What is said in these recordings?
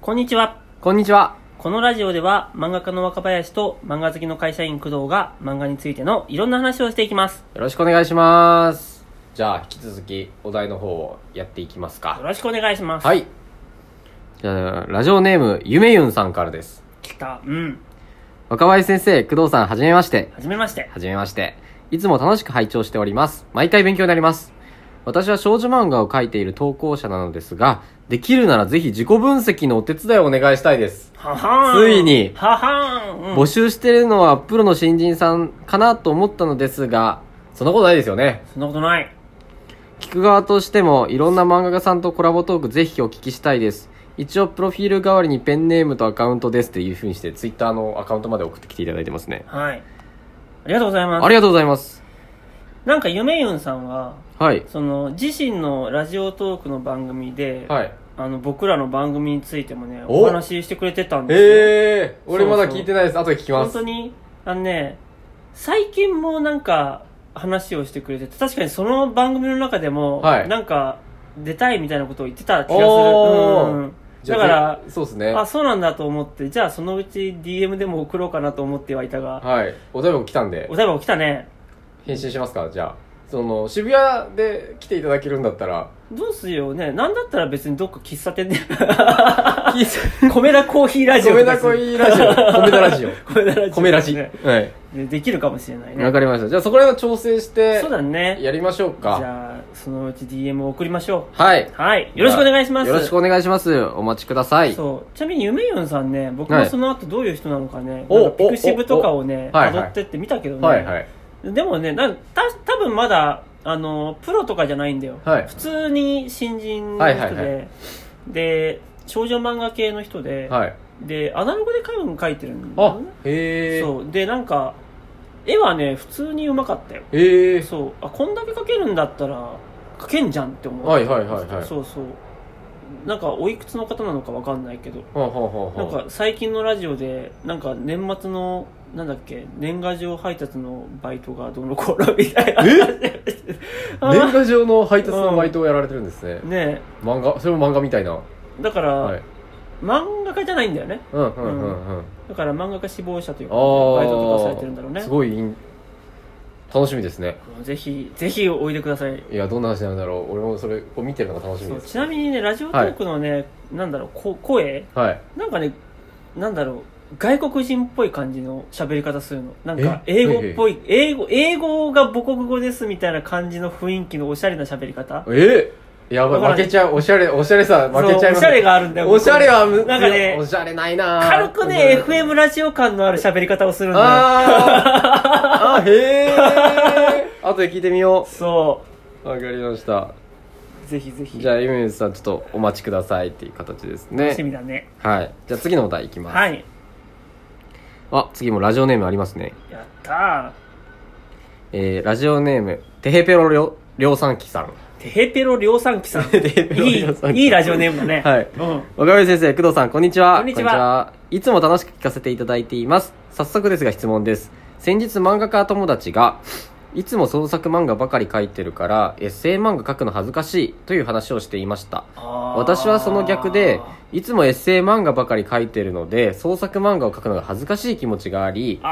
こんにちは。こんにちは。このラジオでは漫画家の若林と漫画好きの会社員工藤が漫画についてのいろんな話をしていきます。よろしくお願いします。じゃあ、引き続きお題の方をやっていきますよか。ろしくお願いします。はい。じゃあ、ラジオネーム、ゆめゆんさんからです。来た。うん。若林先生、工藤さん、はじめまして。はじめまして。はじめまして。いつも楽しく拝聴しております。毎回勉強になります。私は少女漫画を描いている投稿者なのですが、できるならぜひ自己分析のお手伝いをお願いしたいです。ははーん。ついにははーん。うん募集してるのはプロの新人さんかなと思ったのですが、そんなことないですよね。そんなことない。聞く側としてもいろんな漫画家さんとコラボトークぜひお聞きしたいです一応プロフィール代わりにペンネームとアカウントですっていう風にしてツイッターのアカウントまで送ってきていただいてますねはい。ありがとうございます。ありがとうございますなんかゆめゆんさんは、はいその、自身のラジオトークの番組で、はいあの、僕らの番組についてもね、おお話ししてくれてたんですよ。ええー、俺まだ聞いてないです後で聞きま本す当にあのね最近もなんか話をしてくれてて確かにその番組の中でも、はいなんか出たいみたいなことを言ってた気がする、おーうんじゃだあからそうですねあはそうなんだと思ってじゃあそのうち DM でも送ろうかなと思ってはいたがいお便りも来たんでお台場来たね返信しますかじゃあその渋谷で来ていただけるんだった らどうすようねなんだったら別にどっか喫茶店で いいっす米田コーヒーラジオ米とか田する恋ラジオ米 田ラジオ米田ラジオ米ラジねはいでできるかもしれないわねかりましたじゃあそこら辺は調整してそうだねじやりましょうかゃあそのうち DM を送りましょはい。うはいよろしくお願いしますよろしくお願いします。お待ちください。そうちなみにゆめゆんさんね僕もはいその後どういう人なのかね、おなんかピクシブとかをねおおおはい辿はいってって見たけどね、はいはい。でもねなんた多分まだあのプロとかじゃないんだよ、はい普通に新人の人で、はいはいはで少女漫画系の人で、はい。でアナログで多分描いてるんだあよね、へえ。そうでなんか絵はね普通にうまかったよへえ。そうあこんだけ描けるんだったら描けんじゃんって思うはいはいはいはいそうそうなんかおいくつの方なのかわかんないけどはあ、はあはあなんはかあ最近のラジオでなんか年末のなんだっけ年賀状配達のバイトがどうの頃みたいな話を してあ年賀状の配達のバイトをやられてるんですね。ね漫画、それも漫画みたいな。えだから、はい。漫画家じゃないんだよねうんうんうんうん。だから漫画家志望者というあかあ。バイトとかされてるんだろうねすごいいい、楽しみですね。ぜひぜひおいでくださいいや、どんな話なんだろう。俺もそれを見てるのが楽しみそうです。ちなみにねラジオトークのね、なんだろうこ声はい。なんかねなんだろう外国人っぽい感じの喋り方するのなんかえ英語っぽい英語英語が母国語ですみたいな感じの雰囲気のおしゃれな喋り方ええやばだからい、負けちゃう。おしゃれ、おしゃれさ、負けちゃいそうおます。しゃれがあるんだよおしゃれはむ、なんかねおしゃれないなぁ軽くね、おしゃれ FM ラジオ感のある喋り方をするんだよ。あーあ、へえ。後で聞いてみよ。そうわかりました。う。ぜひぜひ。じゃあ、ゆめゆさん、ちょっとお待ちくださいっていう形です楽しね。みだね。はい。じゃあ、次のお題いきます。はい。あ、次もラジオネームありますね。やったえー、ラジオネーム、てへぺろりょ、りょうさんきさん。ー。テヘペロ量産機さ ん。ヘペロ量産い機い、いいラジオネームだね。はいうん。若林先生、工藤さん、こんにちは。こんにちはいつも楽しく聞かせていただいています。早速ですが質問です。先日漫画家友達が、いつも創作漫画ばかり描いてるから、エッセイ漫画描くの恥ずかしいという話をしていました。私はその逆で、いつもエッセイ漫画ばかり描いてるので、創作漫画を描くのが恥ずかしい気持ちがあり、悩悩み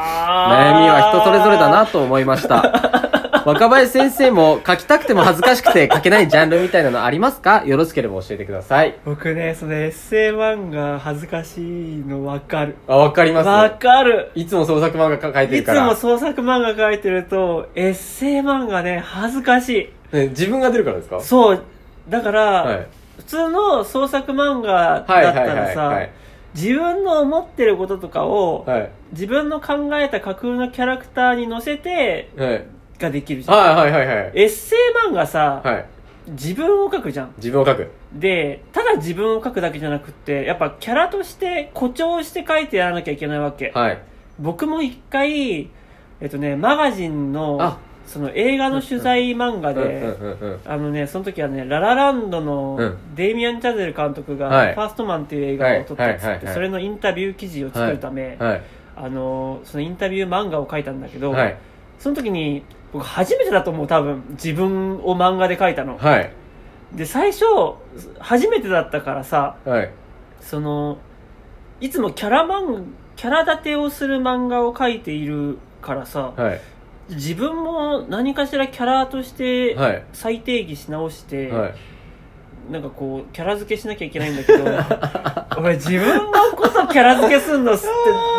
は人それぞれだな。と思い ました。若林先生も描きたくても恥ずかしくて描けないジャンルみたいなのありますかよろしければ教えてください。僕ね、そのエッセイ漫画恥ずかしいのわかる。あ、わかりますわかる。いつも創作漫画か書いているつから。も創作漫画描いてると、エッセイ漫画ね、恥ずかしい。ね自分が出るからですかそう。だから、はい。普通の創作漫画だっはいはたいはいらさ、はい。自分の思ってることとかを、はい。自分の考えた架空のキャラクターに乗せてはい。ができるじゃん、はいはいはいはい。エッセイ漫画さ、はい。自分を描くじゃん自分を書く。でただ自分を描くだけじゃなくってやっぱキャラとして誇張して描いてやらなきゃいけないわけ、はい。僕も一回えっとねマガジンのあその映画の取材漫画うんで、うんうんうん。あのね、その時はね、ララランドうのんデイミアン・チャゼル監督が、はいファーストマンっていう映画を撮ったやつって、はいはいはいはいそれのインタビュー記事を作るため、はい。あのー、そのインタビュー漫画を書いたんだけど、はい。その時に、僕初めてだと思う、多分。自分を漫画で書いたの。はい。で、最初、初めてだったからさ、はい。そのいつもキャラ漫キャラ立てをする漫画を描いているからさ、はい自分も何かしらキャラとしてはい再定義し直して、はいなんかこうキャラ付けしなきゃいけないんだけど おい自分がこそキャラ付けすんのっ すって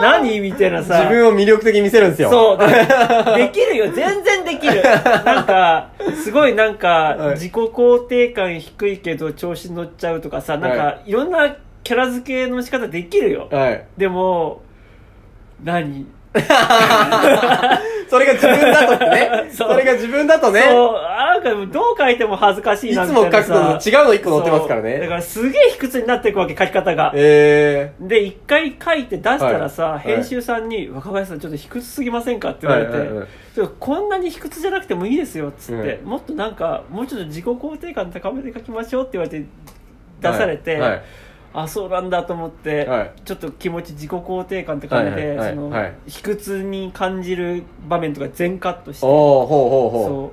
何みたいなさ自分を魅力的に見せるんですよそうでできるよ全然できるなんかすごいなんはいか自己肯定感低いけど調子乗っちゃうとかさなんはかいろんなキャラ付けの仕方できるよはいでも何それが自分だとって ねそそうれが自分だとねそうなんかどう書いても恥ずかしいいなつみたもいな書くさのと違うの1個載ってますからそうだかねらすげえ卑屈になっていくわけ書き方がえで一回書いて出したらさ、い編集さんに「若林さんちょっと卑屈すぎませんか?」ってー言われて、はいはいはいちょっとこんなに卑屈じゃなくてもいいですよっつって、うもっとなんかもうちょっと自己肯定感高めで書きましょうって言われて出されて、はいはいあそうなんだと思って、はいちょっと気持ち自己肯定感高めはいてはいそのはい卑屈に感じる場面とか全カットしておおほうほうほ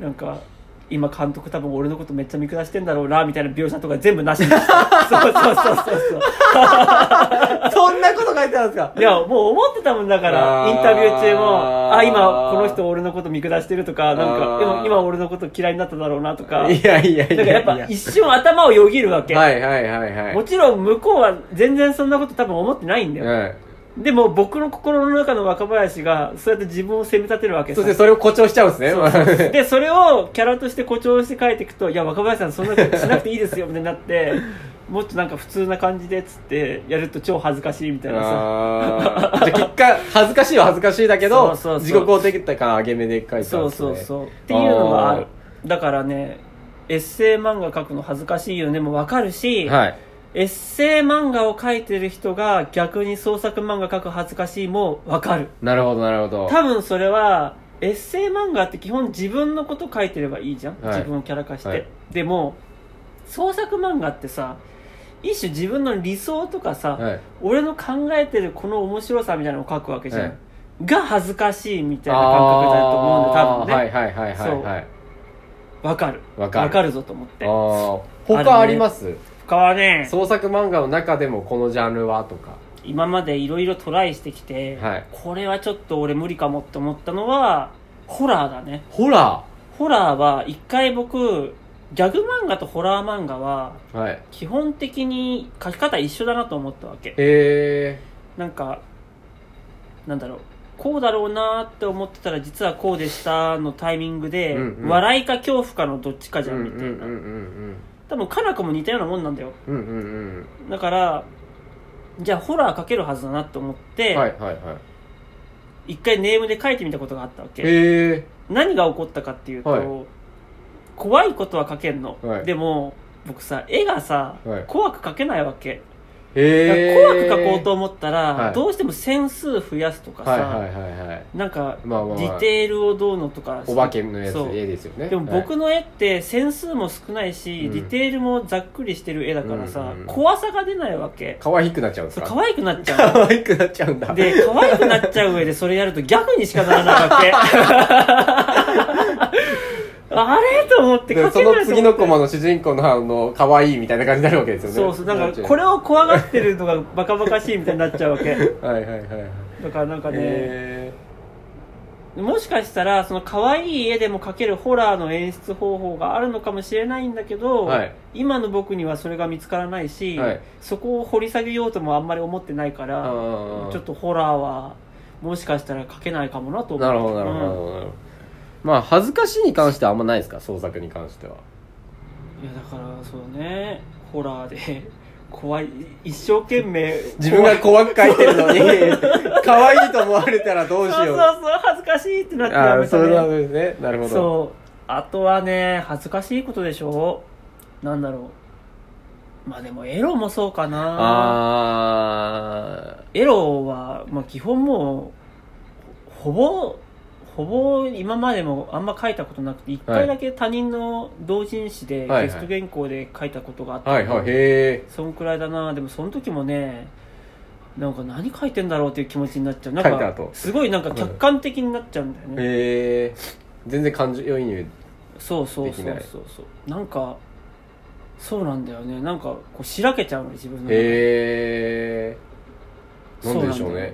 そうなんか今監督多分俺のことめっちゃ見下してんだろうなみたいな描写とか全部なしにして そうそうそうそうそううそんなこと書いてあるんですかいや、もう思ってたもんだから、あーインタビュー中も、あ、今、この人俺のこと見下してるとか、なんあか、ーでも今俺のこと嫌いになっただろうなとか、なんいかやいやいやいやっぱ一瞬頭をよぎるわけ。はいはいはいはいもちろん向こうは全然そんなこと多分思ってないんだよ。はいでも僕の心の中の若林が、そうやって自分を責め立てるわけそさしてそれを誇張しちゃうんですねそうそうそうで、それをキャラとして誇張して書いていくと、いや、若林さんそんなことしなくていいですよ、みたいになって、もっとなんか普通な感じで、つって、やると超恥ずかしいみたいなさ。 あーじゃあ結果恥ずかしいは恥ずかしいだけそうどそうそう自己肯定感上げ目で書いてあそるんうですそねうそうっていうのがあるあだからねエッセイ漫画書くの恥ずかしいよねもわかるし、はいエッセイ漫画を書いてる人が逆に創作漫画書く恥ずかしいもわかるなるほどなるほど多分それはエッセイ漫画って基本自分のこと書いてればいいじゃん、はい自分をキャラ化して、はいでも創作漫画ってさ一種自分の理想とかさ、はい俺の考えてるこの面白さみたいなのを書くわけじゃん、はいが恥ずかしいみたいな感覚だと思うんで多分ね、あーはいはいはいはいはいわかる。わかるぞと思って。あー他あります他はね、創作漫画の中でもこのジャンルはとか今までいろいろトライしてきて、はいこれはちょっと俺無理かもって思ったのは、ホラーだね。ホラホラーは一回僕、ギャグ漫画とホラー漫画は、ーはい基本的に書き方一緒だなと思ったわけ。えなんか、なんだろう。こうだろうなーって思ってたら実はこうでしたのタイミングで、うんうん笑いか恐怖かのどっちかーじうゃんんうみんたいうんな、うん多分かなこも似たようなもんなんだようんうんうんだからじゃあホラー書けるはずだなと思っうて、んはいはいはい一回ネームで書いてみたことがあったわけえ何が起こったかっていうと、はい怖いことは書けんの、はいでも僕さ絵がさ、はい怖く書けないわけだーからえー怖く書こうと思ったら、はいどうしても線数増やすとかさ、はいはいはいはいなんかデまあまあまあィテールをどうのとかお化けのやつそう絵ですよねでもは僕の絵って線数も少ないし、うんディテールもざっくりしてる絵だからさ、うんうんうん怖さが出ないわいけ可愛くなっちゃうんでそすうか可愛くなっちゃう可愛くなっちゃうんだで、可愛くなっちゃう上でそれやると逆にしかならない わけ。あれと思ってでかそけないと思のって次のコマの主人公のあの可愛いみたいな感じになるわけですよねそうそう。なんか、これを怖がってるのがバカバカしいみたいになっちゃうわけ。だ はいはいはいはいからなんかね、えもしかしたら、その可愛い絵でも描けるホラーの演出方法があるのかもしれないんだけど、はい今の僕にはそれが見つからないし、はいそこを掘り下げようともあんまり思ってないかーら、あーちょっとホラーは、もしかしたら描けないかもなと思うなるほどなるほどなるほどなるほどまあ恥ずかしいに関してはあんまないですか創作に関してはいやだからそうねホラーで怖い一生懸命 自分が怖く描いてるのに可愛いと思われたらどうしそうそよううそう恥ずかしいってなってやあめあたそねれなんですねなるほどそうあとはね恥ずかしいことでしょなんだろうまあでもエロもそうかなあエロは、まあ、基本もうほぼほぼ今までもあんま書いたことなくて一回だけ他人の同人誌ではいはいゲスト原稿で書いたことがあっあたはいけどはいへそんくらいだなでもその時もねなんか何書いてんだろうっていう気持ちになっちゃうなん書いたか後すごいなんか客観的になっちゃうんだよえね、へえ全然感情移入そうそうそうできないそうそうなんかそうなんだよねなんかこうしらけちゃうの自分の中でへえなんででしょうね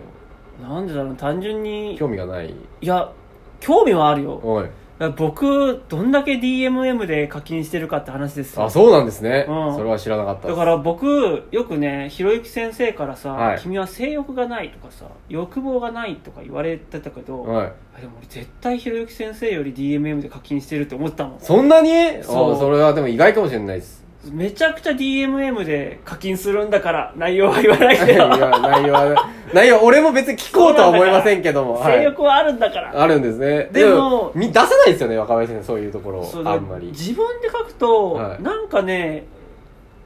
そうなんだよなんでだろう単純に興味がないいや興味はあるよおいいや僕どんだけ DMM で課金してるかって話ですよあそうなんですね、うんそれは知らなかっただから僕よくねひろゆき先生からさ、はい君は性欲がない」とかさ「欲望がない」とか言われてたけど、はい、あでも俺絶対ひろゆき先生より DMM で課金してるって思ったもんそんなにそうあそれはでも意外かもしれないですめちゃくちゃ DMM で課金するんだから内容は言わない いでやよ内容は 内容俺も別に聞こうとは思いませんけども、は性い、欲はあるんだからあるんですねでもみ出せないですよね若林先生そういうところそうあんまり自分で書くと、はいなんかね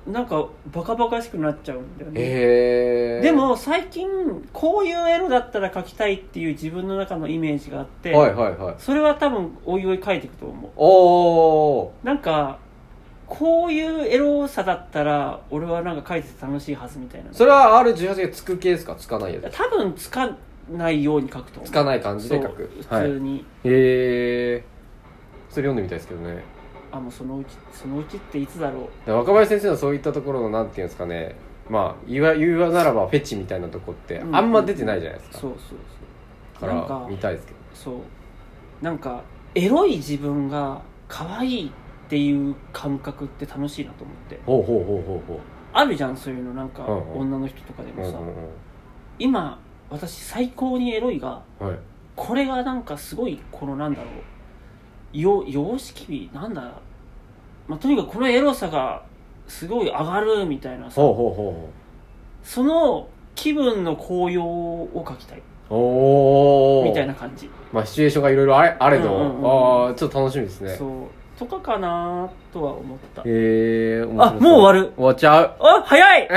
なんかバカバカしくなっちゃうんだよね、へえでも最近こういうエロだったら書きたいっていう自分の中のイメージがあって、はいはいはいそれは多分おいおい書いていくと思おおうなんかこういうエロさだったら俺はなんか書いてて楽しいはずみたいなそれは R18 がつく系ですかつかないやつ多分つかないように書くと思うつかない感じで書くそうは普い通に、へえそれ読んでみたいですけどねあもうそのうちそのうちっていつだろだから若林先生のそういったところのなんていうんですかねまあ言わ言うならばフェチみたいなとこってうんあんま出てないじゃないですうか、そうそうかなんから見たいですけどそうそうなんかエロい自分が可愛いっていう感覚って楽しいなと思ってほうほうほうほうほうあるじゃんそういうのなんか、うんうん女の人とかでもさ、うんうん今私最高にエロいがうんはいこれがなんかすごいこのなんだろうよ様式美なんだ、まあ、とにかくこのエロさがすごい上がるみたいなさほうほうほその気分の高揚を書きたいうほうおおみたいな感じ、まあシチュエーションがいろいろあれあれど、うんうんうんああちょっと楽しみですねそうとかかなとは思ったへえあもう終わる終わっちゃうあ早い